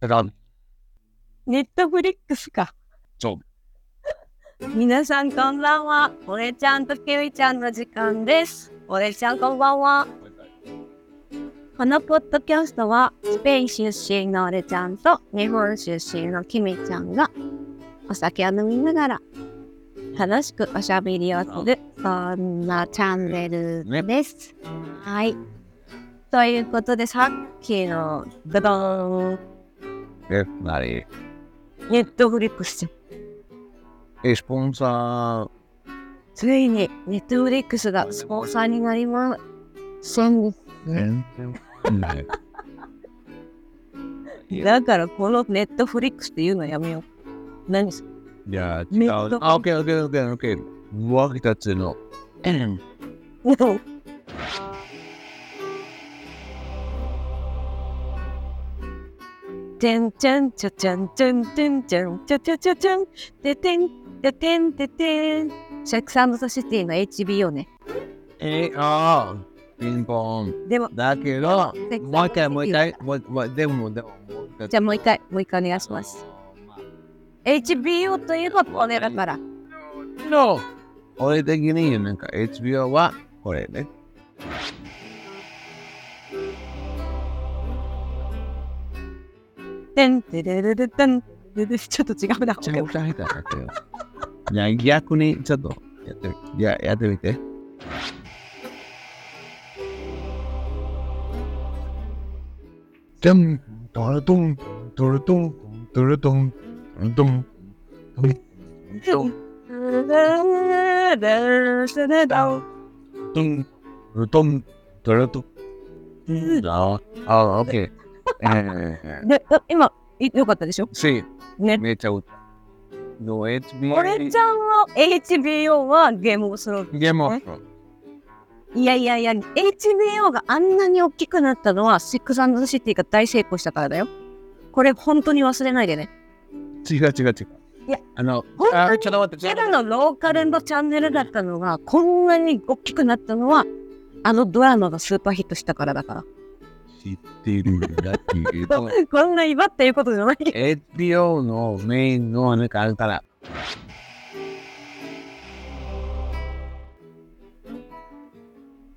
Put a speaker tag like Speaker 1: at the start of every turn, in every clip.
Speaker 1: 選
Speaker 2: ネットフリックスか。。
Speaker 1: そう
Speaker 2: 皆さんこんばんは。俺ちゃんとキウイちゃんの時間です。俺ちゃんこんばんは。このポッドキャストは、スペイン出身の俺ちゃんと日本出身のキミちゃんが、お酒を飲みながら、楽しくおしゃべりをする、そんなチャンネルです。はい。ということで、さっきの、ドドーン、
Speaker 1: え、なに
Speaker 2: ネットフリックスじゃん
Speaker 1: スポンサー、
Speaker 2: ついにネットフリックスがスポンサーになります。そう
Speaker 1: 全然ない。
Speaker 2: だからこのネットフリックスっていうのやめよう。何す
Speaker 1: いや、違
Speaker 2: めっ
Speaker 1: う。
Speaker 2: ちゃ
Speaker 1: あ、オッケーオッケーオッケーオッケー。僕たちの、うん
Speaker 2: るてんちゃんちゃちゃんちゃんちゃんちゃんちゃちゃちゃちゃんててんててんててんシャックサンドザシティの HBO ね。
Speaker 1: え、あー、ピンポン。
Speaker 2: でも、
Speaker 1: だけど、
Speaker 2: セク
Speaker 1: もう一回、もう一回、もうもうでも、でも、もう一回
Speaker 2: じゃあもう一回、もう一回お願いします。。HBO といえばこれだから。
Speaker 1: の、俺的になんか HBO はこれね。
Speaker 2: てんてれれれてん。ででちょっと違うな。
Speaker 1: めちゃくちゃ下手だ ったよ。いや、逆にちょっとやってみややってみて。ドンドルドンドルドンドルドンドルドンドンドンドルドンドルドンああ、オッケ ー。
Speaker 2: であ今いよかったでしょ
Speaker 1: し、
Speaker 2: ね。
Speaker 1: めっちゃ歌。の HBO。
Speaker 2: 俺ちゃんは HBO はゲームをする。
Speaker 1: でも、
Speaker 2: いやいやいや、HBO があんなに大きくなったのは、セックスザシティが大成功したからだよ。これ本当に忘れないでね。
Speaker 1: 違う違う違う。
Speaker 2: いや、
Speaker 1: あの、
Speaker 2: 本当に
Speaker 1: あちょっと待って、ちょ
Speaker 2: た
Speaker 1: っと
Speaker 2: だのローカルのチャンネルだったのが、こんなに大きくなったのは、あのドラマがスーパーヒットしたからだから。
Speaker 1: 知ってるんだっていう。
Speaker 2: こんな威張っていうことじゃない。
Speaker 1: HBO のメインのなんかあるから、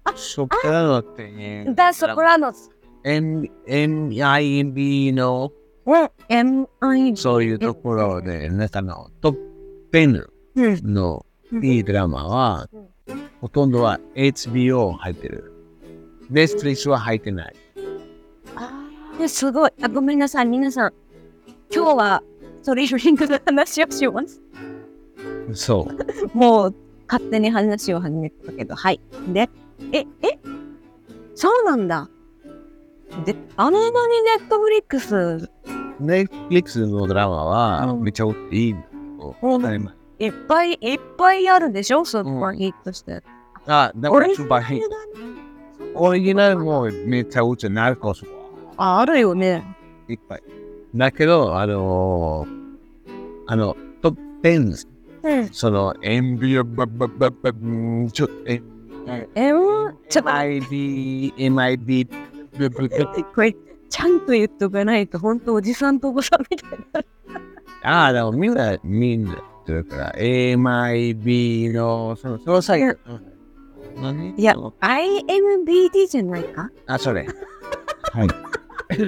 Speaker 2: あ
Speaker 1: そこからのってね。
Speaker 2: だ、ソプラノス。
Speaker 1: N、NIB の
Speaker 2: MIG。
Speaker 1: そういうところで、なんかのトップ10
Speaker 2: うん
Speaker 1: のいいドラマは
Speaker 2: うん、
Speaker 1: ほとんどは HBO 入ってる。Netflix は入ってない。
Speaker 2: ですごいあ。ごめんなさい、皆さん。今日はトリリングの話をします。
Speaker 1: そう。
Speaker 2: もう勝手に話を始めたけど、はい。で、え、えそうなんだ。で、あの間にネットフリックス
Speaker 1: ネットフリックスのドラマは
Speaker 2: うん
Speaker 1: めちゃいいんだけど。
Speaker 2: う
Speaker 1: 当
Speaker 2: ん
Speaker 1: たり前
Speaker 2: いっぱいいっぱいあるでしょスーパーヒットして。
Speaker 1: あ、だ
Speaker 2: オ
Speaker 1: から
Speaker 2: リジ
Speaker 1: スー
Speaker 2: ナ
Speaker 1: パー
Speaker 2: ル
Speaker 1: ヒット。
Speaker 2: だね
Speaker 1: オリジナルもめっちゃうちナルコスは
Speaker 2: ああるよね。
Speaker 1: いっぱい。だけど、あのー、あの、トップ10、
Speaker 2: うん。
Speaker 1: その、エンビア、バババババちょっと、え
Speaker 2: えー、ちょっと
Speaker 1: MIB、MIB、ブブブ
Speaker 2: 待って、これ、ちゃんと言っとかないと、ほんとおじさんとお子さんみたいになる。
Speaker 1: ああ、でもみんな、みんな、それから、MIB の、その、その際、
Speaker 2: う
Speaker 1: うんん何
Speaker 2: いや、IMBD じゃないか
Speaker 1: あ、それ。はい。
Speaker 2: さっきちょ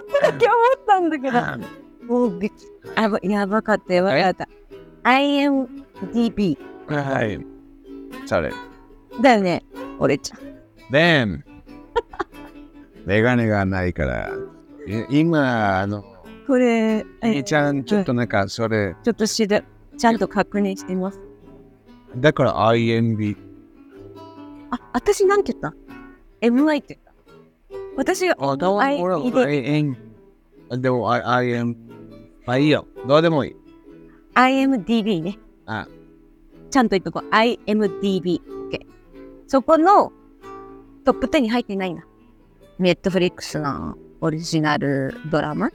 Speaker 2: っとだけ思ったんだけど、もうびっあばやばかったやばかった。IMDB
Speaker 1: はい。それ。
Speaker 2: だよね、俺ちゃん。
Speaker 1: で、メガネがないから、い今、あの、
Speaker 2: これ、え
Speaker 1: 兄ちゃん、ちょっとなんか、それ、
Speaker 2: ちょっとしで、ちゃんと確認してみます。
Speaker 1: だから IMB。
Speaker 2: あ、私なんて言った ?MI って言った。私が、
Speaker 1: あ、どう
Speaker 2: あい
Speaker 1: 俺はい
Speaker 2: いね
Speaker 1: IM。あでも、I- IM。まあいいよ。どうでもいい。
Speaker 2: IMDB ね。
Speaker 1: あ、
Speaker 2: ちゃんと言っとこう。IMDB。OK。そこのトップ10に入ってないな。ネットフリックスのオリジナルドラマ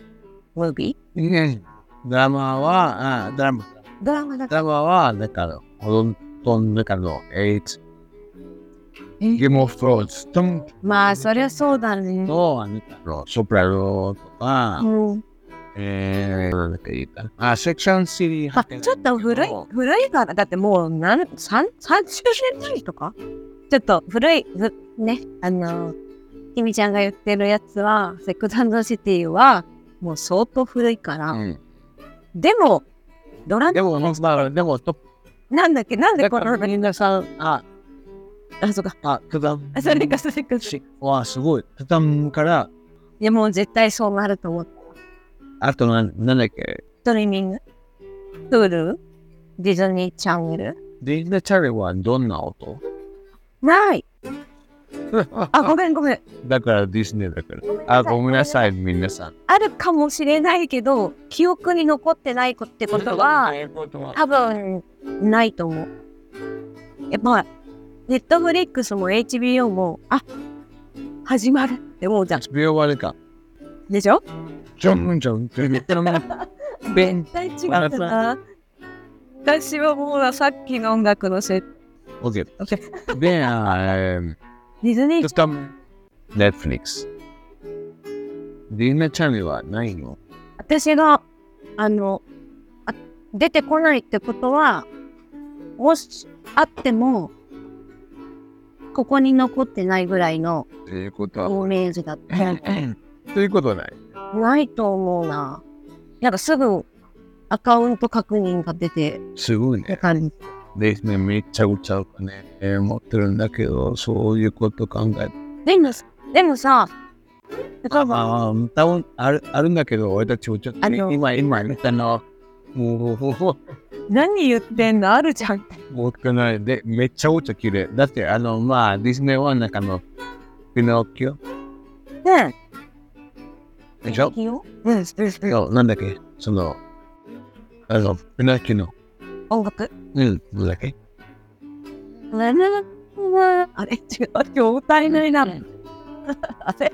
Speaker 2: ムービ
Speaker 1: いいねドラマは、あ、ドラマ。
Speaker 2: ードラマだ
Speaker 1: ドラマは、なんか、ほとんど、なんかの、H。
Speaker 2: え
Speaker 3: ゲームオフローズ、トン、
Speaker 2: まあ、そりゃそうだね。
Speaker 1: と、あなたのソプラノとか、
Speaker 2: うん、
Speaker 1: えー、なんだっけ言ったあ、セクションシリー
Speaker 2: まあ、ちょっと古い、古いから、だってもうなん三30年前とかちょっと古い、ふね、あの、きみちゃんが言ってるやつは、セクダンドシティは、もう相当古いから。
Speaker 1: うん
Speaker 2: でも、ドラ
Speaker 1: でも、まあ、でも、トップ
Speaker 2: なんだっけ、なんで
Speaker 1: だ
Speaker 2: こ
Speaker 1: から
Speaker 2: の、
Speaker 1: みんなさん、あ、
Speaker 2: あ、そうか、
Speaker 1: あ、トダ
Speaker 2: あ
Speaker 1: ン。
Speaker 2: それか、それか。い
Speaker 1: し。わあ、すごい。トダンから、
Speaker 2: や、もう絶対そうなると思って。
Speaker 1: あとなん、なんだっけ、
Speaker 2: ストリーミング、Hulu、ディズニーチャンネル。
Speaker 1: ディズニーチャレはどんな 音
Speaker 2: ない。あ、ごめん、ごめん。
Speaker 1: だからディズニーだから。
Speaker 2: あ
Speaker 1: あ、ごめんなさい、みなさん。
Speaker 2: あるかもしれないけど、記憶に残ってないってことは、多分ないと思う。え、まあ、ネットフリックスも HBO も、あ始まるって思うじゃん。
Speaker 1: 秒割れか。
Speaker 2: でしょ
Speaker 3: ジョンジョン、ジョン
Speaker 1: ベン
Speaker 2: 絶対違ったな。私はもうさっきの音楽のせ
Speaker 1: オッケー。で、あー、
Speaker 2: ディズ ニー
Speaker 1: トダン。ネットフリックス。ディズニーチャレはないの
Speaker 2: 私があのあ出てこないってことはもしあってもここに残ってないぐらいの
Speaker 1: ということは。
Speaker 2: イメージだった
Speaker 1: ということはない。
Speaker 2: ないと思うななんかすぐアカウント確認が出て
Speaker 1: すごい
Speaker 2: る
Speaker 1: ね。
Speaker 2: 感じ
Speaker 1: で、ね、めっちゃくちゃお金、ね、持ってるんだけど、そういうこと考えて。
Speaker 2: でもでもさ例えば
Speaker 1: ああ、多分あるあるんだけど、俺たちもちょっと、
Speaker 2: あ
Speaker 1: ね、
Speaker 2: の
Speaker 1: 今、今、見たの。もう、
Speaker 2: 何言ってんのあるじゃん
Speaker 1: 持ってないで、めっちゃおちゃ綺麗。だって、あの、まあ、ディズニーはなんかあの、ピノキオ
Speaker 2: ね
Speaker 1: でしょ
Speaker 2: いいようん
Speaker 1: いやなんだっけその、あの、ピノキオの、
Speaker 2: 音楽
Speaker 1: うん、なんだっけ
Speaker 2: あれ違う今日歌えないな、 あれ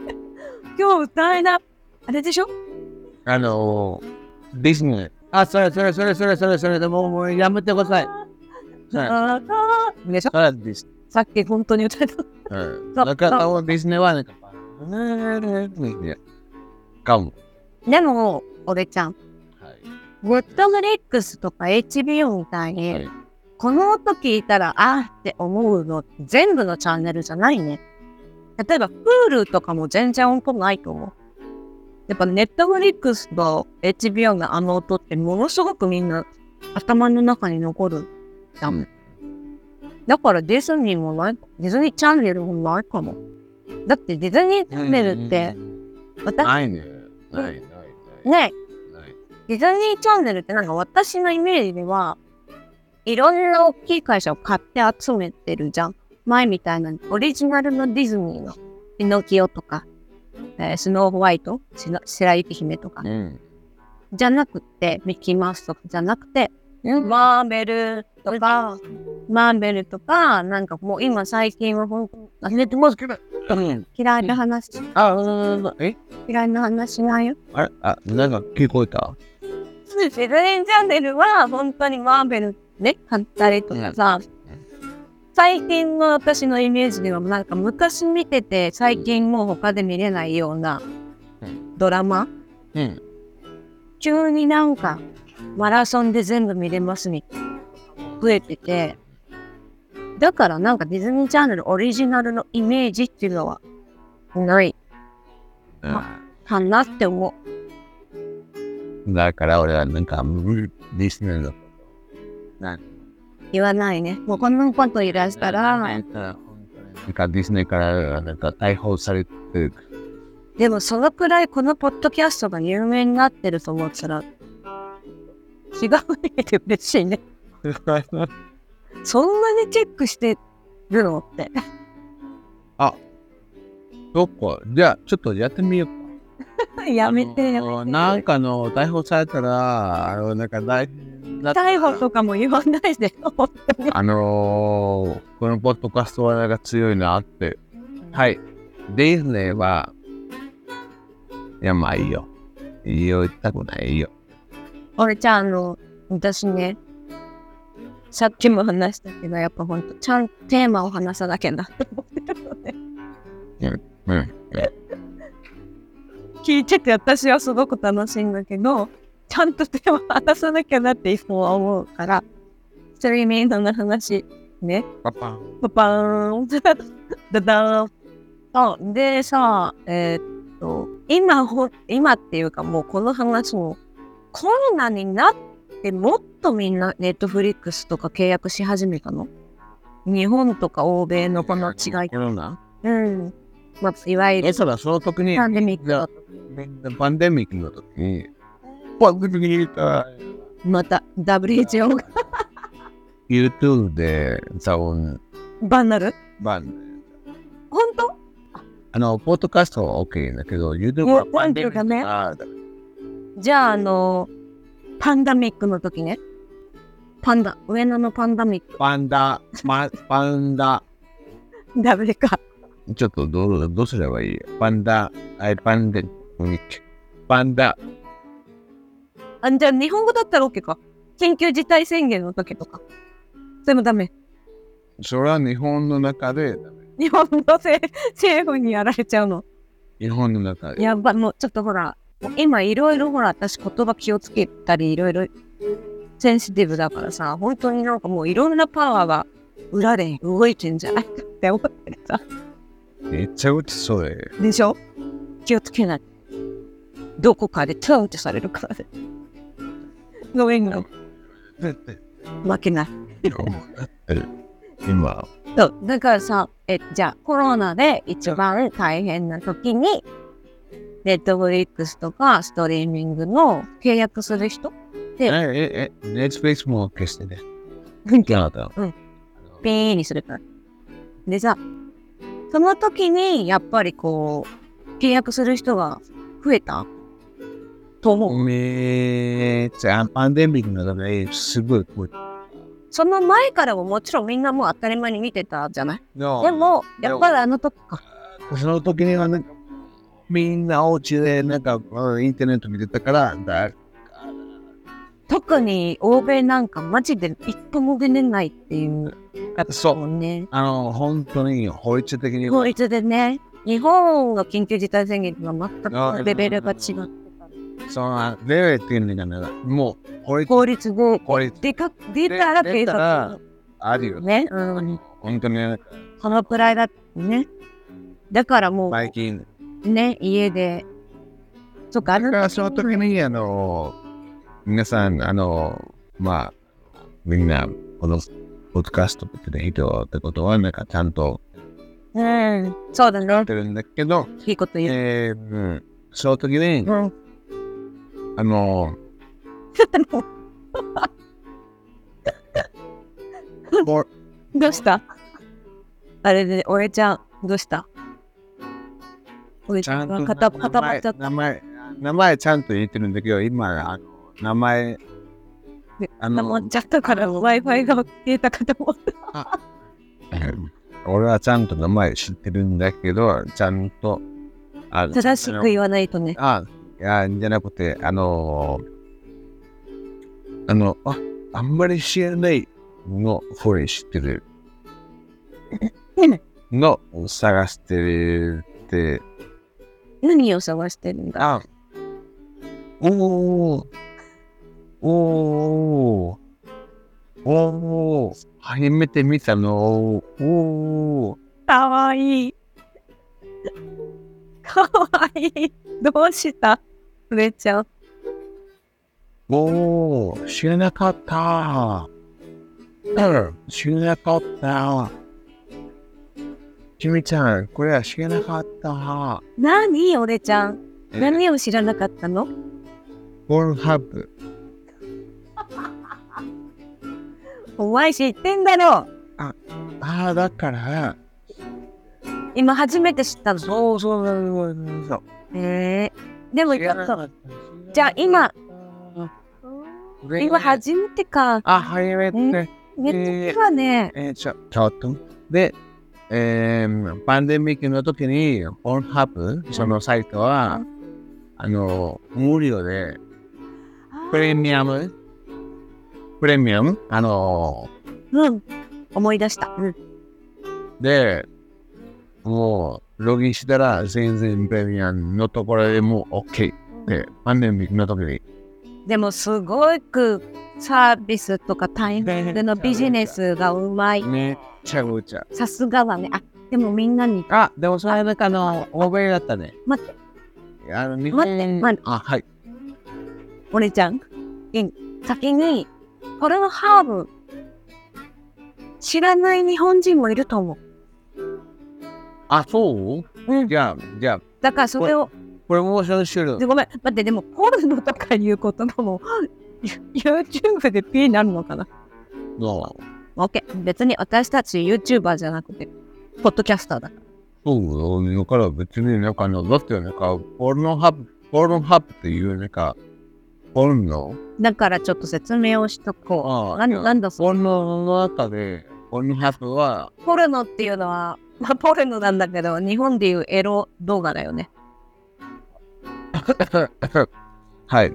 Speaker 2: 今日歌えないあれでしょ
Speaker 1: あの、ディズニー。あ、それ、それ、それ、それ、それ、それ、もう、もうやめてください。それ、
Speaker 2: あーでしょ
Speaker 1: それディズニー。
Speaker 2: さっき本当に歌えた。
Speaker 1: うん
Speaker 2: そう
Speaker 1: だから、多分ディズニーはなんか、かも。
Speaker 2: でも、俺ちゃん、
Speaker 1: はい。
Speaker 2: ウッドフレックスとか HBO みたいに、
Speaker 1: はい
Speaker 2: この音聞いたら、あーって思うの、全部のチャンネルじゃないね。例えば、Hulu とかも全然音ないと思う。やっぱ、ネットフリックスと HBO のあの音って、ものすごくみんな頭の中に残るじゃん。だから、ディズニーもない、ディズニーチャンネルもないかも。だって、ディズニーチャンネルって、私、
Speaker 1: ないね。ない、ない、ない。
Speaker 2: ね、
Speaker 1: ない
Speaker 2: ディズニーチャンネルってなんか私のイメージでは、いろんな大きい会社を買って集めてるじゃん。前みたいなオリジナルのディズニーの、ピノキオとか、えースノーホワイト、しの白雪姫とか、
Speaker 1: うん。
Speaker 2: じゃなくて、ミッキーマウスとかじゃなくて、マーベルとか、マーベルとか、なんかもう今最近は本当にあれで
Speaker 1: う
Speaker 2: も
Speaker 1: ん
Speaker 2: 嫌いな話、
Speaker 1: あ、うんうんえ
Speaker 2: 嫌いな話しないよ。
Speaker 1: あれあ、なんか聞こえた
Speaker 2: ディズニーチャンネルは本当にマーベルね、買ったりとかさ、最近の私のイメージではなんか昔見てて最近もう他で見れないような
Speaker 1: うん
Speaker 2: ドラマ、
Speaker 1: うん。
Speaker 2: 急になんかマラソンで全部見れますみたいな増えてて、だからなんかディズニーチャンネルオリジナルのイメージっていうのはないかなって思う。
Speaker 1: だから俺はなんか、うんディズニーの。
Speaker 2: 言わないね。もうこんなこといらしたら、
Speaker 1: なんかディズニーからなんか逮捕されてる。
Speaker 2: でもそのくらいこのポッドキャストが有名になってると思ったら違う意味で嬉しいね。そんなにチェックしてるのって。
Speaker 1: そっか。じゃあ、ちょっとやってみようか。
Speaker 2: やめて
Speaker 1: あの
Speaker 2: よ。
Speaker 1: なんかの逮捕されたら、あの、なんか大変 だったら
Speaker 2: 逮捕とかも言わないでよ。本当に
Speaker 1: あのー、このポッドキャストはなんか強いなって。はい。ディズニーは、いや、まあいいよ。いいよ、言ったくないよ。
Speaker 2: 俺ちゃん、あの、私ね、さっきも話したけど、やっぱ本当ちゃんとテーマを話さなきゃなと思ってるので。
Speaker 1: うん。
Speaker 2: 聞いてて私はすごく楽しいんだけど、ちゃんとテーマ話さなきゃなっていつもは思うから、スリーミートの話、ね、
Speaker 1: パパン。
Speaker 2: パパーン、 ダダーン。そう、でさ、えーっと、今ほ、今っていうかもうこの話も、コロナになってもっとみんなネットフリックスとか契約し始めたの日本とか欧米のこの違い。
Speaker 1: コロナ
Speaker 2: うん。まあ、いわゆ
Speaker 1: え、
Speaker 2: る
Speaker 1: そうだ、その時に
Speaker 2: パ、ンデミックだと
Speaker 1: パンデミックの時に、パンデミックに入れた
Speaker 2: また WHO が
Speaker 1: YouTube で、ザオン
Speaker 2: バンなる
Speaker 1: バン。
Speaker 2: 本当
Speaker 1: あの、ポッドキャストは OK だけど、YouTube
Speaker 2: も
Speaker 1: は
Speaker 2: う
Speaker 1: パンデミック
Speaker 2: パンデミック
Speaker 1: あーだ
Speaker 2: じゃあ、あの、パンダミックの時ね。パンダ、上野のパンダミック。
Speaker 1: パンダ、まパンダ、
Speaker 2: ダメか。
Speaker 1: ちょっとどうどうすればいいパンダ、あパンデミック。パンダ、
Speaker 2: あ、じゃあ、日本語だったら OK か。緊急事態宣言の時とか。でもダメ。
Speaker 1: それは日本の中でダメ、
Speaker 2: 日本のせ政府にやられちゃうの。
Speaker 1: 日本の中で。
Speaker 2: やばい、もうちょっとほら、今いろいろほら、私言葉気をつけたり、いろいろセンシティブだからさ、本当になんかもういろんなパワーが裏で動いてんじゃないかって思ってさ。
Speaker 1: めっちゃうちそうで。
Speaker 2: でしょ気をつけない。どこかでトーンってされるからね。ごめんごめん負けない。
Speaker 1: 今、
Speaker 2: そう、だからさ、え、じゃあコロナで一番大変な時に、ネットフリックスとかストリーミングの契約する人
Speaker 1: え、え、え、Netflix も消してね。あなた
Speaker 2: ピーにするから。でさ、その時にやっぱりこう、契約する人が増えたと思う。
Speaker 1: めっちゃパンデミックの中ですごいこう。
Speaker 2: その前からももちろんみんなもう当たり前に見てたじゃない
Speaker 1: で
Speaker 2: で、も、やっぱりあの時か。
Speaker 1: その時にはなんか、みんなお家でなんか、うんインターネット見てたから、だ
Speaker 2: 特に欧米なんかマジで一歩も出れないっていう
Speaker 1: そ
Speaker 2: も
Speaker 1: う。
Speaker 2: んね。
Speaker 1: あの、本当に法律的に。
Speaker 2: 法律でね、日本が緊急事態宣言とは全くレベルが違う。
Speaker 1: その、レベルっていうのがね、もう法律、
Speaker 2: 法律で
Speaker 1: 法律
Speaker 2: 出か出たら
Speaker 1: で
Speaker 2: 警
Speaker 1: 出たら
Speaker 2: 察
Speaker 1: あるよね。
Speaker 2: ね、うん、
Speaker 1: 本当にね、
Speaker 2: そのくらいだってね。だからも
Speaker 1: 最近。
Speaker 2: うね、家で。そっか、あ
Speaker 1: だから
Speaker 2: の
Speaker 1: その時に、あの、皆さん、あの、まあ、みんな、この、ポッドキャストって人ってことは、なんかちゃんと
Speaker 2: うん、そうだ
Speaker 1: やっ
Speaker 2: ね。
Speaker 1: てるんだけど、
Speaker 2: いいこと言う。
Speaker 1: えー、うん、その時に、
Speaker 2: うん、
Speaker 1: あの、こう
Speaker 2: どうしたあれで、俺ちゃん、どうした俺
Speaker 1: ち
Speaker 2: ち
Speaker 1: ゃん
Speaker 2: ゃん
Speaker 1: と
Speaker 2: が
Speaker 1: 名
Speaker 2: 固
Speaker 1: 前
Speaker 2: 固まっちゃった。
Speaker 1: 名前、名前ちゃんと言ってるんだけど、今、あの名前、
Speaker 2: ね
Speaker 1: あ
Speaker 2: 固まっちゃったから Wi-Fi が消えたかと思った。
Speaker 1: 俺はちゃんと名前知ってるんだけど、ちゃんと、あの
Speaker 2: 正しく言わないとね。
Speaker 1: あ、いや、じゃなくて、あのあの、あ、あんまり知らないの、これ知ってる
Speaker 2: ね
Speaker 1: の、探してるって、
Speaker 2: 何を探してるんだ
Speaker 1: あ、おー、おー、おー、初めて見たの、おー、
Speaker 2: かわいい。かわいい。どうした俺ちゃん。
Speaker 1: おー、知らなかった。うん、知らなかった。君ちゃん、これは知らなかった。
Speaker 2: 何俺ちゃん。何を知らなかったの
Speaker 1: ボールハブ。
Speaker 2: お前知ってんだろ
Speaker 1: ああ、だから。
Speaker 2: 今初めて知ったの。
Speaker 1: そうそうそうそうそう。
Speaker 2: えー、でも
Speaker 1: 知
Speaker 2: ちょ
Speaker 1: らな
Speaker 2: っ
Speaker 1: か
Speaker 2: と、
Speaker 1: った
Speaker 2: じゃあ今。今
Speaker 1: は
Speaker 2: 初めてか。
Speaker 1: あ、初めて。
Speaker 2: めっちゃはね、
Speaker 1: えー、ちょちょっと。で、えー、パンデミックの時に、ボールハブ、そのサイトは、
Speaker 2: う
Speaker 1: あの、無料で、プレミアムプレミアムあのー
Speaker 2: うん。思い出した。うん。
Speaker 1: で、もう、ログインしたら、全然ベビアンのところでもう OK で、パンデミックの時に、
Speaker 2: でもすごくサービスとかタイミングのビジネスがうまい。
Speaker 1: めっちゃうちゃ。
Speaker 2: さすがだね。あでもみんなに
Speaker 1: あ、でもそれなんかあの、欧米だったね。
Speaker 2: 待って、
Speaker 1: あの、日
Speaker 2: 待って
Speaker 1: 本
Speaker 2: 待っ
Speaker 1: あ、はい。
Speaker 2: 俺ちゃん。うん先にこれのハーブ知らない日本人もいると思
Speaker 1: あ、そう
Speaker 2: う。うん。
Speaker 1: じゃあ、じゃあ、
Speaker 2: だからそれを
Speaker 1: プロモーションしてる
Speaker 2: で。ごめん待ってでもポルノとかいう言葉も YouTube で P になるのかな
Speaker 1: の、
Speaker 2: ?OK 別に私たち YouTuber じゃなくてポッドキャスターだから
Speaker 1: そう、だから別になんかあの、だってなんか、ポルノハブ、ポルノハブっていうなんか、ポルノ
Speaker 2: だからちょっと説明をしとこ
Speaker 1: あ
Speaker 2: う。
Speaker 1: あ
Speaker 2: なん
Speaker 1: いや
Speaker 2: なんだそ
Speaker 1: ポルノの中で、ポルノハブは、
Speaker 2: うポルノっていうのは、 まあ、ポルノなんだけど、日本でいうエロ動画だよね。
Speaker 1: はい。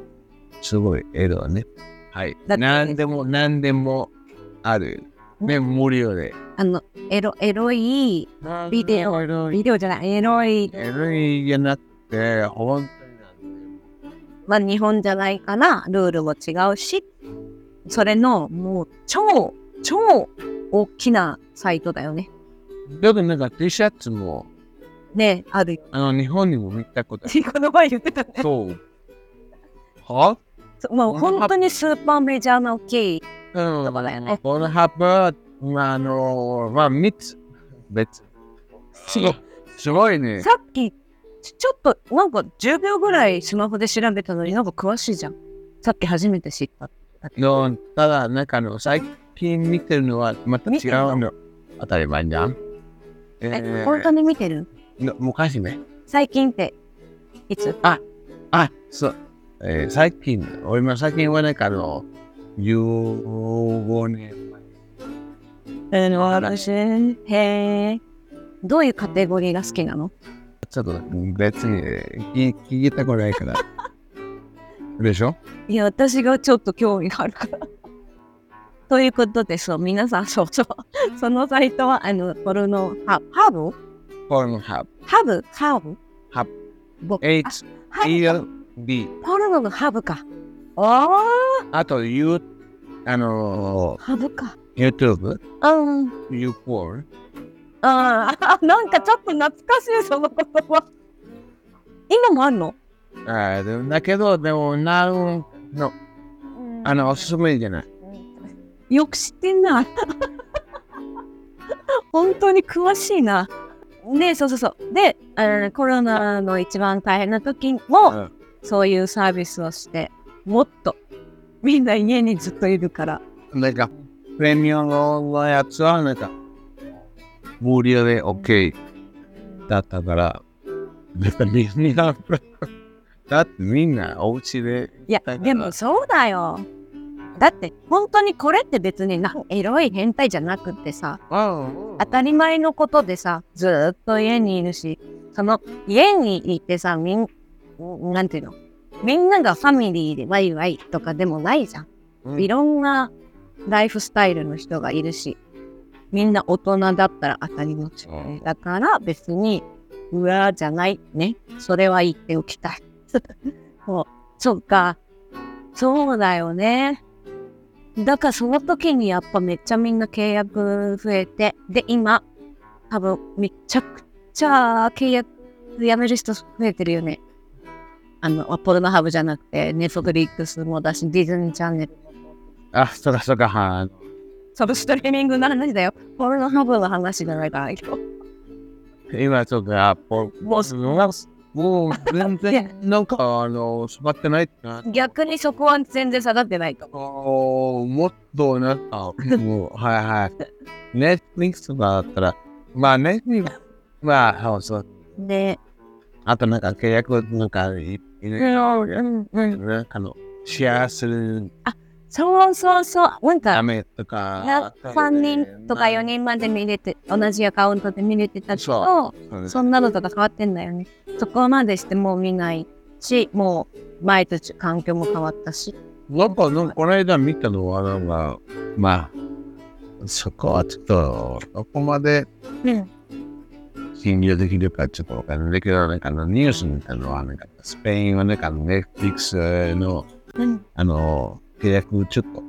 Speaker 1: すごい、エロだね。はい。
Speaker 2: だって
Speaker 1: なんでも、なんでもある。ね、無料で。
Speaker 2: あの、エロ、エロい、ビデオ
Speaker 1: エロい。
Speaker 2: ビデオじゃない、エロい、
Speaker 1: エロいじゃなくて、ほん
Speaker 2: まあ、日本じゃないから、ルールも違うし、それの、もう、超、超大きなサイトだよね。
Speaker 1: だってなんか T シャツも、
Speaker 2: ねあるよ。
Speaker 1: あの、日本にも見たことあ
Speaker 2: この前言ってたね
Speaker 1: る。。そう。は
Speaker 2: そうまあ、本当にスーパーメジャーな大きい。
Speaker 1: うん。
Speaker 2: とこだよね
Speaker 1: このハッパー、まあ、あの、まあ、3つ。別。すごいね。
Speaker 2: さっき、ちちょっと、なんか10秒ぐらいスマホで調べたのになんか詳しいじゃん。さっき初めて知った。
Speaker 1: のただ、なんかあの、最近見てるのはまた違うの。当たり前じゃん。え
Speaker 2: え、
Speaker 1: ー
Speaker 2: 本当に見てる
Speaker 1: の昔ね。
Speaker 2: 最近って、いつ
Speaker 1: あ、そう。えー最近、俺も最近はなんかあの、15年前。
Speaker 2: えの話。へえ。どういうカテゴリーが好きなの
Speaker 1: ちょっと別に聞聞いたことないから。 でしょ
Speaker 2: いや、私がちょっと興味があるから。ということで、そう、皆さん、そうそう。そのサイトは、あの、ポルノハ、ハブ
Speaker 1: ポルノハブ。
Speaker 2: ハブハブ
Speaker 1: ハブ
Speaker 2: ブ。あ
Speaker 1: H、
Speaker 2: ハブか
Speaker 1: L、B。
Speaker 2: ポルノのハブか。ああ、
Speaker 1: あと、ユー、あの
Speaker 2: ハブか。
Speaker 1: ー、YouTube、
Speaker 2: うん。
Speaker 1: ユーポール。
Speaker 2: ああ、 なんかちょっと懐かしい、その言葉。今もあるの
Speaker 1: あーでもだけど、でも、なんの、あの、おすすめじゃない。
Speaker 2: よく知ってんな。 本当に詳しいな。ねそうそうそう。で、あのコロナの一番大変な時も、
Speaker 1: うん
Speaker 2: そういうサービスをして、もっと、みんな家にずっといるから。
Speaker 1: なんか、プレミアムのやつは、なんか、無料で OK だったから、だってみんな、だってみんなお家で、
Speaker 2: いや、
Speaker 1: だから
Speaker 2: でもそうだよ。だって、本当にこれって別にな、エロい変態じゃなくってさ、当たり前のことでさずーっと家にいるしその家にいてさみんなんていうのみんながファミリーでワイワイとかでもないじゃん、
Speaker 1: うん
Speaker 2: いろんなライフスタイルの人がいるしみんな大人だったら当たり前じゃん
Speaker 1: うん
Speaker 2: だから別にうわーじゃないねそれは言っておきたい そうそっかそうだよねだからその時にやっぱめっちゃみんな契約増えて、で、今、多分めちゃくちゃ契約やめる人増えてるよね。あの、ポルノハブじゃなくて、ネットフリックスもだし、ディズニーチャンネル。
Speaker 1: あ、そかそか、は
Speaker 2: そのストリーミングの話だよ。ポルノハブの話じゃないから、今日。
Speaker 1: い。今、そか、ポ
Speaker 2: もう、
Speaker 1: もう全然、なんか、あの、染まってないな。
Speaker 2: 逆にそこは全然下がってないと思
Speaker 1: おーもっとなんか、もう、はいはい。ネットフリックスとかだったら、まあ、ネットフリックス、まあ、そう、
Speaker 2: う。で、
Speaker 1: あとなんか契約、なんか、いいろいろ、なんかあの、シェアする
Speaker 2: そうそうそう、なん
Speaker 1: た
Speaker 2: か、
Speaker 1: めとか、
Speaker 2: 3人とか4人まで見れて、同じアカウントで見れてたけど、
Speaker 1: 人
Speaker 2: そんなのとか変わってんだよね。そこまでしてもう見ないし、もう毎年環境も変わったし。
Speaker 1: なんか、なんかこの間見たのは、なんか、まあ、そこはちょっと、どこまで
Speaker 2: うん
Speaker 1: 信用できるかちょっとわかんないけど、なんかあのニュースみたいなのは、なんかスペインはなんかネットフリックスの、
Speaker 2: うん
Speaker 1: あの、契約ちょっと、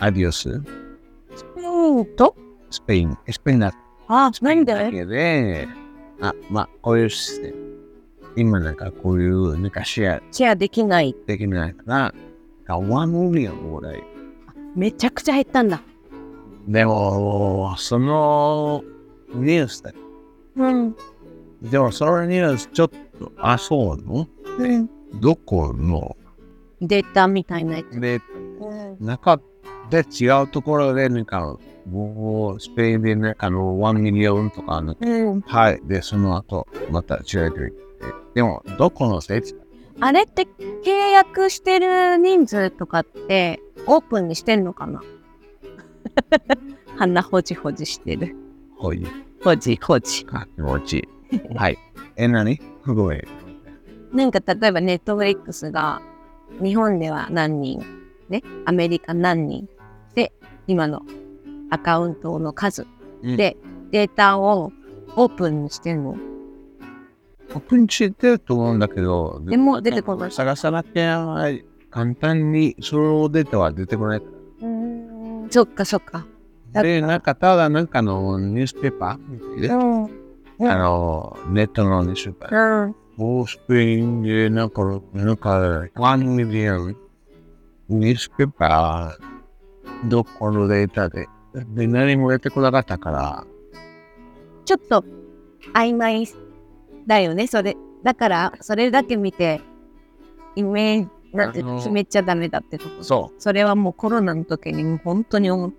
Speaker 1: アディオス、
Speaker 2: うんと
Speaker 1: スペイン、スペインだ
Speaker 2: あ何だ
Speaker 1: だ
Speaker 2: よ
Speaker 1: けで、あ、まあ、こういうシステム。今なんかこういう、なんかシェア
Speaker 2: シェアできない
Speaker 1: できないから、1ミリオンぐらい。
Speaker 2: めちゃくちゃ減ったんだ
Speaker 1: でも、そのニュースだ
Speaker 2: うん
Speaker 1: でも、そのニュースちょっと、あ、そうなの
Speaker 2: うん
Speaker 1: どこの
Speaker 2: データみたいなやつ
Speaker 1: で、
Speaker 2: うん
Speaker 1: 中で違うところで、なんか、もうスペインでなんかの1ミリオンとかの、
Speaker 2: うん
Speaker 1: はい、で、その後、また違うとでも、どこのせい
Speaker 2: あれって契約してる人数とかってオープンにしてんのかな 鼻ほじほじしてる
Speaker 1: こういう
Speaker 2: ほじほじ
Speaker 1: か、気持 ちいい。はい。え、何すごい。
Speaker 2: なんか例えばネットフリックスが日本では何人ねアメリカ何人で今のアカウントの数
Speaker 1: うん
Speaker 2: でデータをオープンにしてるの
Speaker 1: 僕に知ってると思うんだけど、
Speaker 2: でも出てこない
Speaker 1: 探さなきゃ簡単にそのデータは出てこない。
Speaker 2: そっかそっかだ
Speaker 1: で、なんかただなんかのニュースペーパーで、
Speaker 2: んうん
Speaker 1: あの、ネットのニュースペーパー。
Speaker 2: うん
Speaker 1: もうスペインでなんか、なんか、1ミリオンニュースペーパー、どこのデータで。で、何も出てこなかったから、
Speaker 2: ちょっと曖昧だよねそれだからそれだけ見てイメージなんて
Speaker 1: あの
Speaker 2: 決めちゃダメだってこと
Speaker 1: そう。
Speaker 2: それはもうコロナの時にもう本当に思う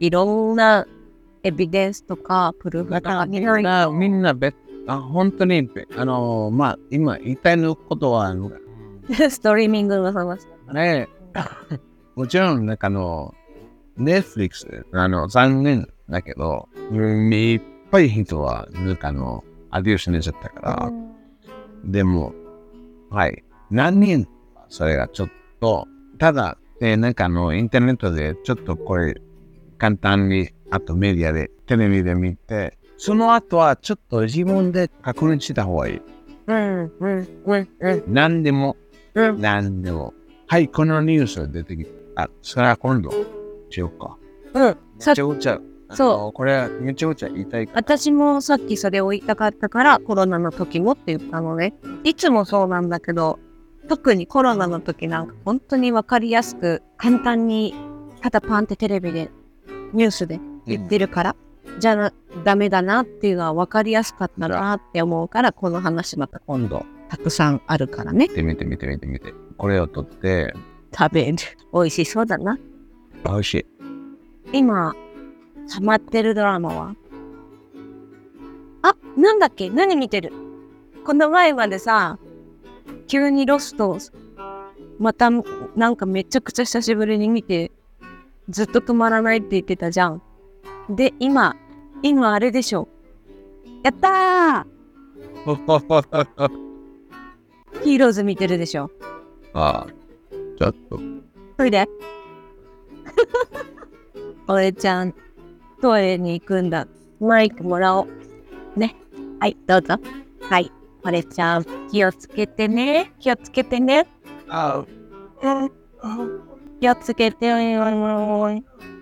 Speaker 2: いろんなエビデンスとかプルーフ
Speaker 1: だ
Speaker 2: と
Speaker 1: か
Speaker 2: から
Speaker 1: みんな、みんな別、あ本当に、べあの、まあ、今言いたいのことは、
Speaker 2: ストリーミングの話
Speaker 1: ね、 もちろん、なんかあの、ネフリックス、あの、残念だけど、うんいっぱい人は、なんかあの、アデュースになっちゃったから、でも、はい、何人、それがちょっと、ただ、で、なんかあの、インターネットで、ちょっとこれ、簡単に、あとメディアで、テレビで見て、その後は、ちょっと自分で確認した方がいい。
Speaker 2: うんうんうんうん
Speaker 1: 何でも、
Speaker 2: うん
Speaker 1: 何でも。はい、このニュースが出てきた。あ、それは今度、しようか。
Speaker 2: うんさ
Speaker 1: めちゃくちゃ、
Speaker 2: そう
Speaker 1: う。これはめちゃくちゃ言いたいから。
Speaker 2: 私もさっきそれを言いたかったからコロナの時もって言ったのねいつもそうなんだけど特にコロナの時なんか本当に分かりやすく簡単にただパンってテレビでニュースで言ってるから、じゃあダメだなっていうのは分かりやすかったなって思うからこの話また
Speaker 1: 今度、
Speaker 2: たくさんあるからね
Speaker 1: 見てみて見て見て見て。これを取って、
Speaker 2: 食べる美味しそうだな
Speaker 1: 美味しい。
Speaker 2: 今ハマってるドラマはあなんだっけ何見てるこの前までさ急にロストをまたなんかめちゃくちゃ久しぶりに見てずっと止まらないって言ってたじゃんで今今あれでしょやったーヒーローズ見てるでしょ
Speaker 1: ああ、ちょっと、
Speaker 2: トイレ 俺ちゃんトイレに行くんだマイクもらおうねはいどうぞはい俺ちゃん気をつけてね気をつけてね
Speaker 1: あ
Speaker 2: 気をつけてね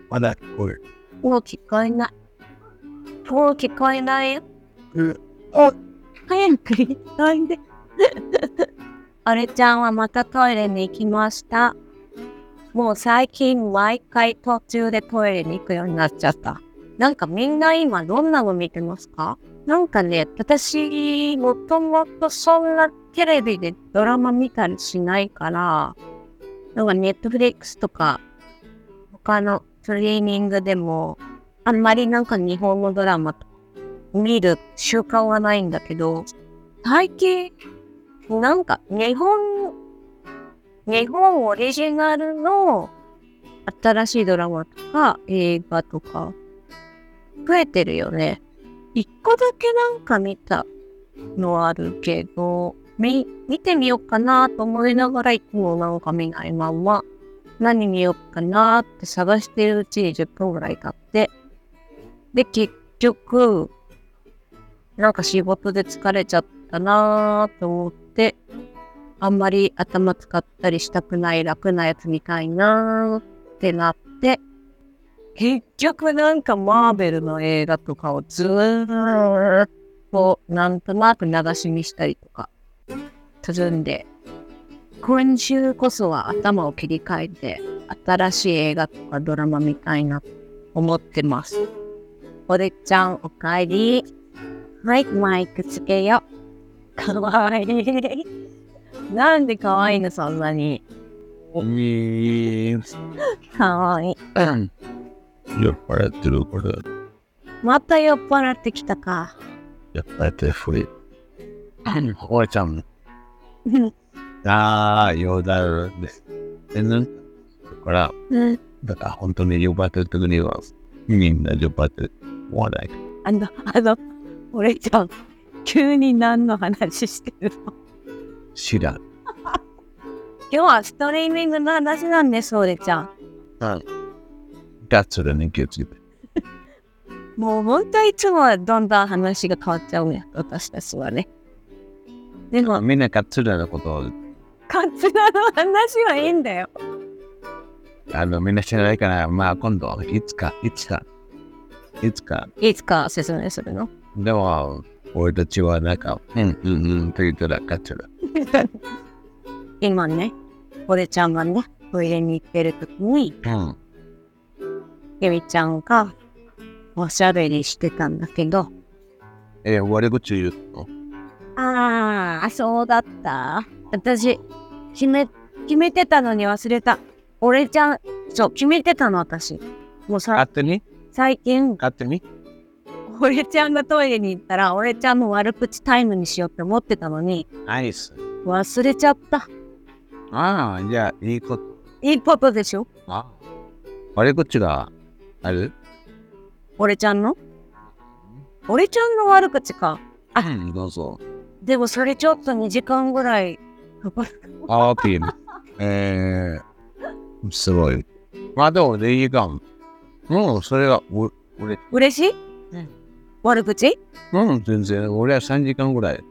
Speaker 1: まだ聞こえる。
Speaker 2: もう聞こえないもう聞こえないよ早く行っといで俺ちゃんはまたトイレに行きましたもう最近毎回途中でトイレに行くようになっちゃったなんかみんな今どんなの見てますかなんかね私もともとそんなテレビでドラマ見たりしないからなんかネットフリックスとか他のトリーミングでもあんまりなんか日本のドラマとか見る習慣はないんだけど、最近、なんか日本、日本オリジナルの新しいドラマとか映画とか増えてるよね。一個だけなんか見たのあるけど、み、見てみようかなと思いながらいつもなんか見ないまま、何見ようかなって探してるうちに10分ぐらい経って、で、結局、なんか仕事で疲れちゃったなぁと思って、あんまり頭使ったりしたくない楽なやつみたいなぁってなって、結局なんかマーベルの映画とかをずーっとなんとなく流し見したりとか、するんで、今週こそは頭を切り替えて、新しい映画とかドラマみたいな思ってます。俺ちゃん、おかえり。はい、マイクつけよ。かわいい。なんでかわいいの、そんなに。
Speaker 1: 酔
Speaker 2: かわいい。
Speaker 3: 酔っ払ってる、これ。
Speaker 2: また酔っ払ってきたか。
Speaker 3: 酔っ払って古い。
Speaker 1: おいちゃん。ああ、よだるです。でね、だから、
Speaker 2: うん。
Speaker 1: だから本当に呼ばれてる時には、みんな呼ばれてる。わない。
Speaker 2: あの、あの、俺ちゃん、急に何の話してるの
Speaker 1: 知らん。
Speaker 2: 今日はストリーミングの話なんです、俺ちゃん。
Speaker 1: ガッツだね、気をつけて。
Speaker 2: もう本当はいつもはどんどん話が変わっちゃうね、私たちはね。でも、
Speaker 1: みんなガッツだのことを、
Speaker 2: カツラの話はいいんだよ。
Speaker 1: あの、みんな知らないから、まあ今度、いつか、いつか、いつか。
Speaker 2: いつか説明するの
Speaker 1: でも、俺たちはなんか、うんうんうんと言ったらガッツだ。
Speaker 2: 今ね、俺ちゃんがね、トイレに行ってる時に、
Speaker 1: うん。
Speaker 2: ケミちゃんがおしゃべりしてたんだけど、
Speaker 1: え、悪口言うの
Speaker 2: ああ、そうだった。私、決め、決めてたのに忘れた。俺ちゃん、そう、決めてたの私。もうさ、
Speaker 1: 勝手に
Speaker 2: 最近、
Speaker 1: 勝手に
Speaker 2: 俺ちゃんがトイレに行ったら、俺ちゃんの悪口タイムにしようって思ってたのに、
Speaker 1: ナイス。
Speaker 2: 忘れちゃった。
Speaker 1: ああ、じゃあ、いいこと。
Speaker 2: いいことでしょ
Speaker 1: あ悪口がある
Speaker 2: 俺ちゃんの俺ちゃんの悪口か。あ
Speaker 1: うん、どうぞ。
Speaker 2: でもそれちょっと2時間ぐらい かかる。
Speaker 1: あー、ピン。えー、すごい。まあでも、でいいかも。うん、それが、お俺、
Speaker 2: 嬉しい、
Speaker 1: うん
Speaker 2: 悪口
Speaker 1: うん、全然、俺は3時間ぐらい。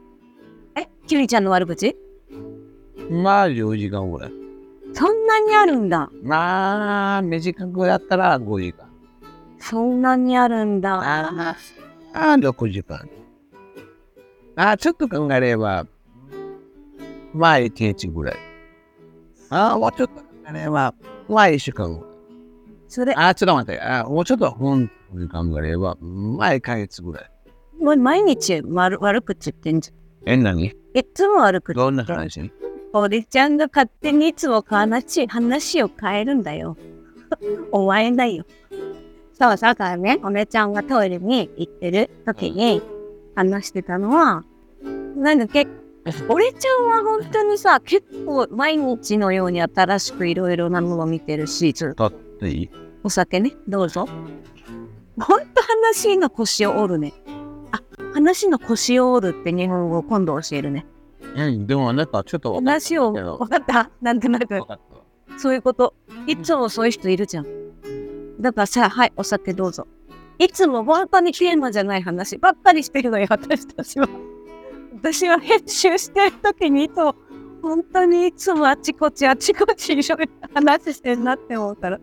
Speaker 2: え、キミちゃんの悪口
Speaker 1: まあ、4時間ぐらい。
Speaker 2: そんなにあるんだ。
Speaker 1: まあ、短くやったら5時間。
Speaker 2: そんなにあるんだ。
Speaker 1: ああ、6時間。ああ、ちょっと考えれば、まあ、1日ぐらい。ああ、もうちょっと考えれば、まあ、1週間ぐらい。
Speaker 2: それ、
Speaker 1: あ、ちょっと待って。あもうちょっと本当に考えれば、前ヶ月ぐらい。
Speaker 2: もう毎日悪悪口言ってんじ
Speaker 1: え、何
Speaker 2: ゃん。いつも悪口。
Speaker 1: どんな話
Speaker 2: 俺ちゃんが勝手にいつも話話を変えるんだよ。 お前だよ。そうそうだからね、お姉ちゃんがトイレに行ってる時に話してたのは、なんだっけ、俺ちゃんは本当にさ、結構毎日のように新しくいろいろなものを見てるし、ちょ
Speaker 1: とっていい
Speaker 2: お酒ね、どうぞ。ほんと話の腰を折るね。あ、話の腰を折るって日本語を今度教えるね。
Speaker 1: うん、でもなんかちょっと分かっ
Speaker 2: 話を、
Speaker 1: けど
Speaker 2: わかったなんとなく
Speaker 1: 分。かった。
Speaker 2: そういうこと。いつもそういう人いるじゃん。だからさ、はい、お酒どうぞ。いつも本当にテーマじゃない話ばっかりしてるのよ、私たちは。 私は編集してる時にいつも、本当にいつもあちこちあちこちいろいろ話してんなって思ったら、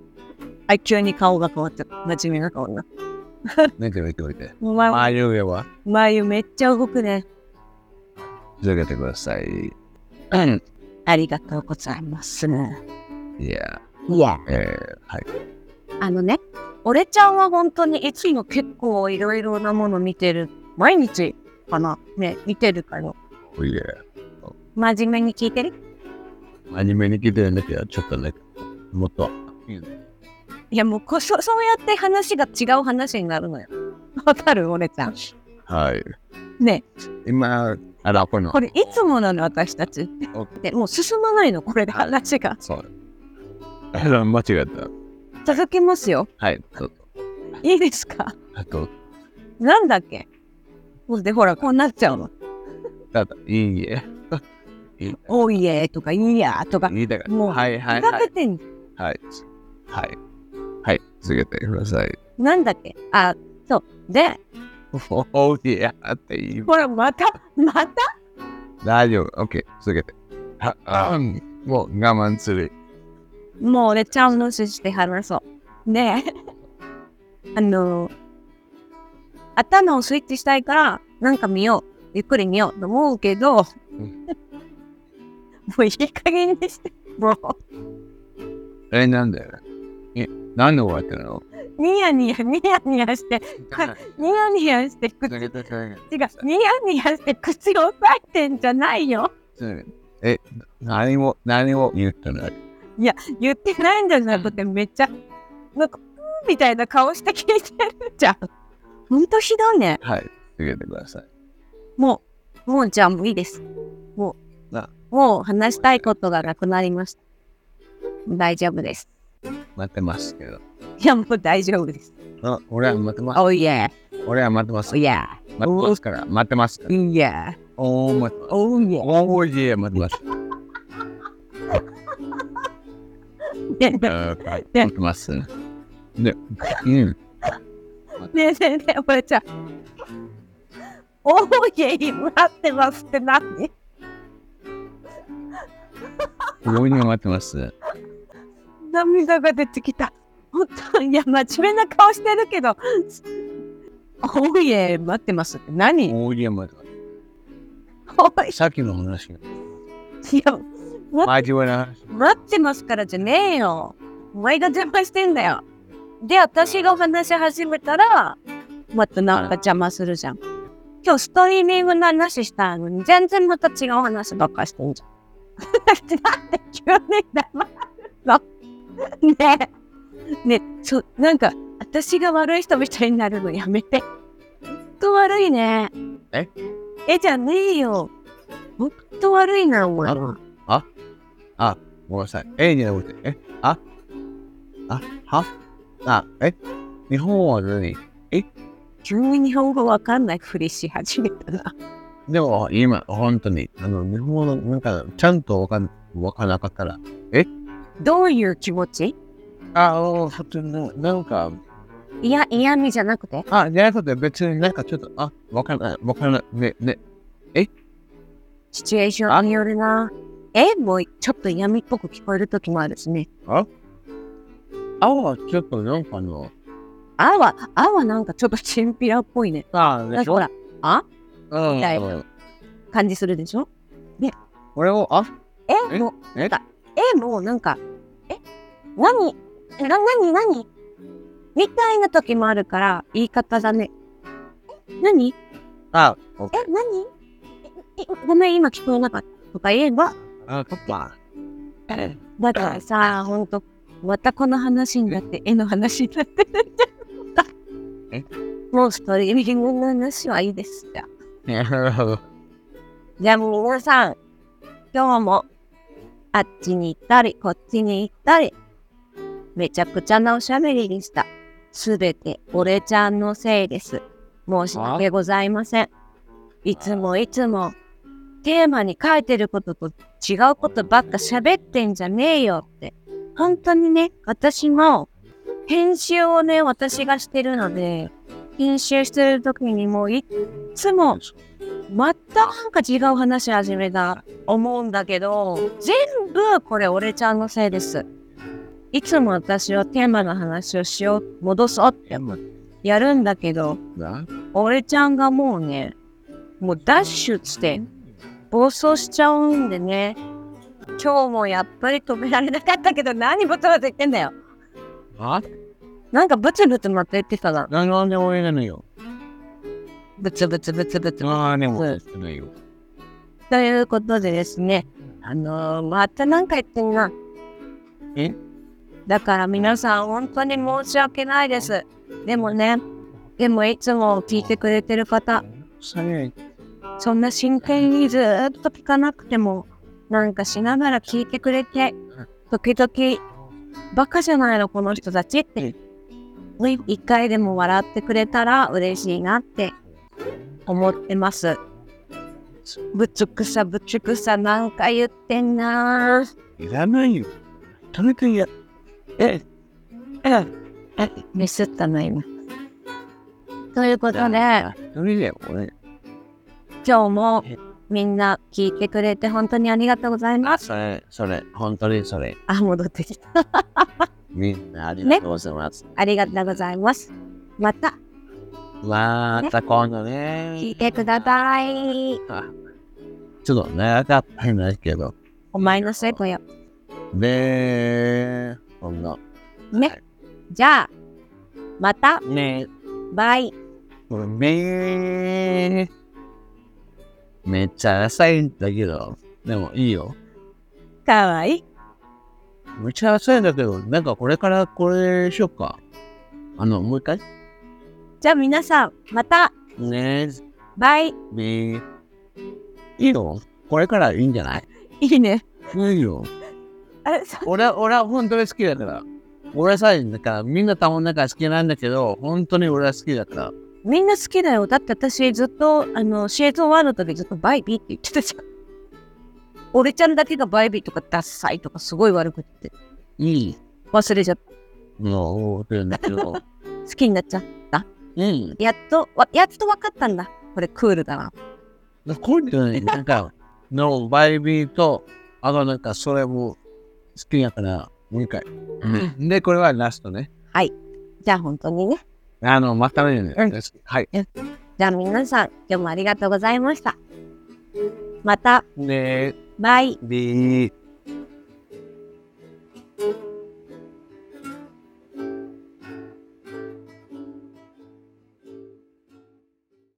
Speaker 2: あ、急に顔が変わっちゃった。真面目な顔になった。
Speaker 1: 見て見て見て。
Speaker 2: お前、
Speaker 1: 眉毛は
Speaker 2: 眉めっちゃ動くね。
Speaker 1: 続けてください。うん。
Speaker 2: ありがとうございます。
Speaker 1: いや、
Speaker 2: いや。
Speaker 1: えー、はい。
Speaker 2: あのね、俺ちゃんは本当にいつも結構いろいろなもの見てる。毎日かなね、見てるから。
Speaker 1: いや、
Speaker 2: 真面目に聞いてる
Speaker 1: アニメに来てるんだけど、ちょっとね、もっと。
Speaker 2: いやもうこそ、そうやって話が違う話になるのよ。わかる俺ちゃん。
Speaker 1: はい。
Speaker 2: ね
Speaker 1: 今、あら、この。
Speaker 2: これいつもなの私たち
Speaker 1: お。
Speaker 2: でもう進まないの、これで話が。
Speaker 1: そう。あら、間違えた。
Speaker 2: 続けますよ。
Speaker 1: はい。どうぞ
Speaker 2: いいですか
Speaker 1: あと、
Speaker 2: なんだっけもうで、ほら、こうなっちゃうの。
Speaker 1: ただ、いいえ。いい
Speaker 2: おいえとか、いいやとか。
Speaker 1: いいだから。
Speaker 2: もう
Speaker 1: はいはい
Speaker 2: ふざ
Speaker 1: はい
Speaker 2: け。てん
Speaker 1: はい。はい。はい。続けてください。
Speaker 2: なんだっけあ、で、
Speaker 1: おいやって言う。
Speaker 2: ほら、また、また、
Speaker 1: 大丈夫。OK。続けて。はあんもう我慢する。
Speaker 2: もう俺ちゃんの主して話そう。 で、あの、頭をスイッチしたいから、なんか見よう。ゆっくり見ようと思うけど、も
Speaker 1: ん
Speaker 2: ういい加減にして、もう、
Speaker 1: え、なんだよ。え、なんで終わったの
Speaker 2: ニヤニヤ、ニヤニヤして、はニヤニヤして、口、違
Speaker 1: 続
Speaker 2: う、
Speaker 1: けて、続
Speaker 2: ニヤニヤして、口を押さえてんじゃないよ。
Speaker 1: けて。え、何も、何も言ってない。
Speaker 2: 言ってないんじゃなくて、めっちゃ、なんか、うんみたいな顔して聞いてるじゃん。ほんとひどいね。
Speaker 1: はい。続けてください。
Speaker 2: もう、もうじゃあもういいです。もう
Speaker 1: な、
Speaker 2: もう話したいことがなくなりました。大丈夫です。
Speaker 1: 待ってますけど。
Speaker 2: いや、もう大丈夫です。
Speaker 1: あ、俺は待ってます。
Speaker 2: おいえ、
Speaker 1: 俺は待ってます
Speaker 2: お。いえ、
Speaker 1: 待ってますから。待ってますから。
Speaker 2: いいえ、
Speaker 1: おー、待ってます。
Speaker 2: おいえ。
Speaker 1: おー、いや、待ってます。
Speaker 2: ねね
Speaker 1: 待ってます。で、うん。
Speaker 2: ねねねねおばちゃん。おいえ、待ってますって何
Speaker 1: 強に待ってます。
Speaker 2: 涙が出てきた。本当いや、真面目な顔してるけど。おいえ、待ってますって何お
Speaker 1: お
Speaker 2: い
Speaker 1: ー、いや、待ってま
Speaker 2: え
Speaker 1: す。さっきの話。
Speaker 2: いや、
Speaker 1: 真面目な話。
Speaker 2: 待ってますからじゃねえよ。お前が邪魔してんだよ。で、私がお話し始めたら、またなんか邪魔するじゃん。今日ストリーミングの話したのに、全然また違う話ばっかりしてんじゃん。 なんで急に黙るのねえ。ねえ、そう、なんか、私が悪い人みたいになるのやめて。ほんと悪いね。
Speaker 1: え
Speaker 2: えじゃねえよ。ほんと悪いな、お前は。
Speaker 1: ごめんなさい。えじゃなくて、え、あ、あ、は、あ、え、日本は何
Speaker 2: 急に日本語わかんないふりし始めたな。
Speaker 1: でも今、本当に、あの、日本語の、なんか、ちゃんとわかん、わからなかったら、
Speaker 2: どういう気持ち
Speaker 1: あ、お普通の、なんか、
Speaker 2: いや、嫌味じゃなくて。
Speaker 1: あ、じゃなくて別になんかちょっと、あ、わからない、わからない、ね、ね、
Speaker 2: シチュエーションによるな。えもうちょっと嫌味っぽく聞こえる時もあるしね。
Speaker 1: あはちょっとなんかの、
Speaker 2: あは、あはなんかちょっとチンピラっぽいね。
Speaker 1: あ、
Speaker 2: なん
Speaker 1: ね
Speaker 2: か、ほら、あ
Speaker 1: うん
Speaker 2: みたいな感じするでしょ
Speaker 1: 俺を、あ、
Speaker 2: え
Speaker 1: え
Speaker 2: もう、
Speaker 1: え
Speaker 2: えもうなんか、え何えな、なになにみたいな時もあるから、言い方だね。え何
Speaker 1: あ、お
Speaker 2: え、何ええ、ごめん、今聞こえなかった。とか言えば、
Speaker 1: あ、パパ。え、
Speaker 2: だからさ、ほんと、またこの話になって、絵の話になってるんじゃん。
Speaker 1: え
Speaker 2: もうストリーミングの話はいいです。じゃあ
Speaker 1: ね、は
Speaker 2: じゃあもう皆さん、今日も、あっちに行ったり、こっちに行ったり、めちゃくちゃなおしゃべりでした。すべて俺ちゃんのせいです。申し訳ございません。いつもいつも、テーマに書いてることと違うことばっか喋ってんじゃねえよって。本当にね、私も、編集をね、私がしてるので、編集してる時にもういっつも、またなんか違う話始めた思うんだけど全部これ俺ちゃんのせいですいつも私はテーマの話をしよう戻そうってやるんだけど俺ちゃんがもうねもうダッシュして暴走しちゃうんでね今日もやっぱり止められなかったけど何ブツブツ言ってんだよ
Speaker 1: あ、
Speaker 2: なんかブツブツまた言ってたな
Speaker 1: なんで俺なのよ。
Speaker 2: ブツブツブツブツ
Speaker 1: ああ、でも、ないよ。
Speaker 2: ということでですね、あのー、また何か言ってんな。
Speaker 1: え
Speaker 2: だから皆さん、本当に申し訳ないです。でもね、でもいつも聞いてくれてる方、
Speaker 1: それ、
Speaker 2: そんな真剣にずーっと聞かなくても、なんかしながら聞いてくれて、時々、バカじゃないの、この人たちって。ね一回でも笑ってくれたら嬉しいなって思ってます。ぶつくさぶつくさなんか言ってんなー。
Speaker 1: いらないよ。とにかくや、え、え、
Speaker 2: ミスったな、今。ということで、
Speaker 1: 一人で俺、
Speaker 2: 今日もみんな聞いてくれて本当にありがとうございます。
Speaker 1: それ、それ、本当にそれ、
Speaker 2: あ、戻ってきた。
Speaker 1: みんなありがとうございます。
Speaker 2: ありがとうございます。また
Speaker 1: また今度ね。
Speaker 2: 聞いてください。
Speaker 1: ちょっと長かったんですけど。
Speaker 2: お前のせいとよ。
Speaker 1: で、こんな。
Speaker 2: ね。じゃあ、また、
Speaker 1: ね。
Speaker 2: バイ。
Speaker 1: ね。めっちゃ浅いんだけど、でもいいよ。
Speaker 2: かわいい。
Speaker 1: めっちゃ浅いんだけど、なんかこれからこれしよっか。あの、もう一回。
Speaker 2: じゃあ皆さん、また、
Speaker 1: ね。
Speaker 2: バイ。
Speaker 1: ね。いいよ。これからいいんじゃない
Speaker 2: いいね。
Speaker 1: いいよ。
Speaker 2: あれ、そ
Speaker 1: 俺は、俺は本当に好きだから。俺さ、だからみんなたまんなから好きなんだけど、本当に俺は好きだから。
Speaker 2: みんな好きだよ。だって私ずっと、あの、シーズン1の時ずっとバイビーって言ってたじゃん。俺ちゃんだけがバイビーとかダッサいとかすごい悪くって。
Speaker 1: いい
Speaker 2: 忘れちゃった。
Speaker 1: のをってるんだけど。
Speaker 2: 好きになっちゃう。
Speaker 1: うん。
Speaker 2: やっと、わやっと分かったんだ。これクールだな。
Speaker 1: こういうのなんか、のバイビーと、あとなんかそれも好きだから、もう一回。で、これはラストね。
Speaker 2: じゃあ本当にね。
Speaker 1: あの、またね。はい。
Speaker 2: じゃあ皆さん、今日もありがとうございました。また、
Speaker 1: ね
Speaker 2: バイ。
Speaker 1: ビー。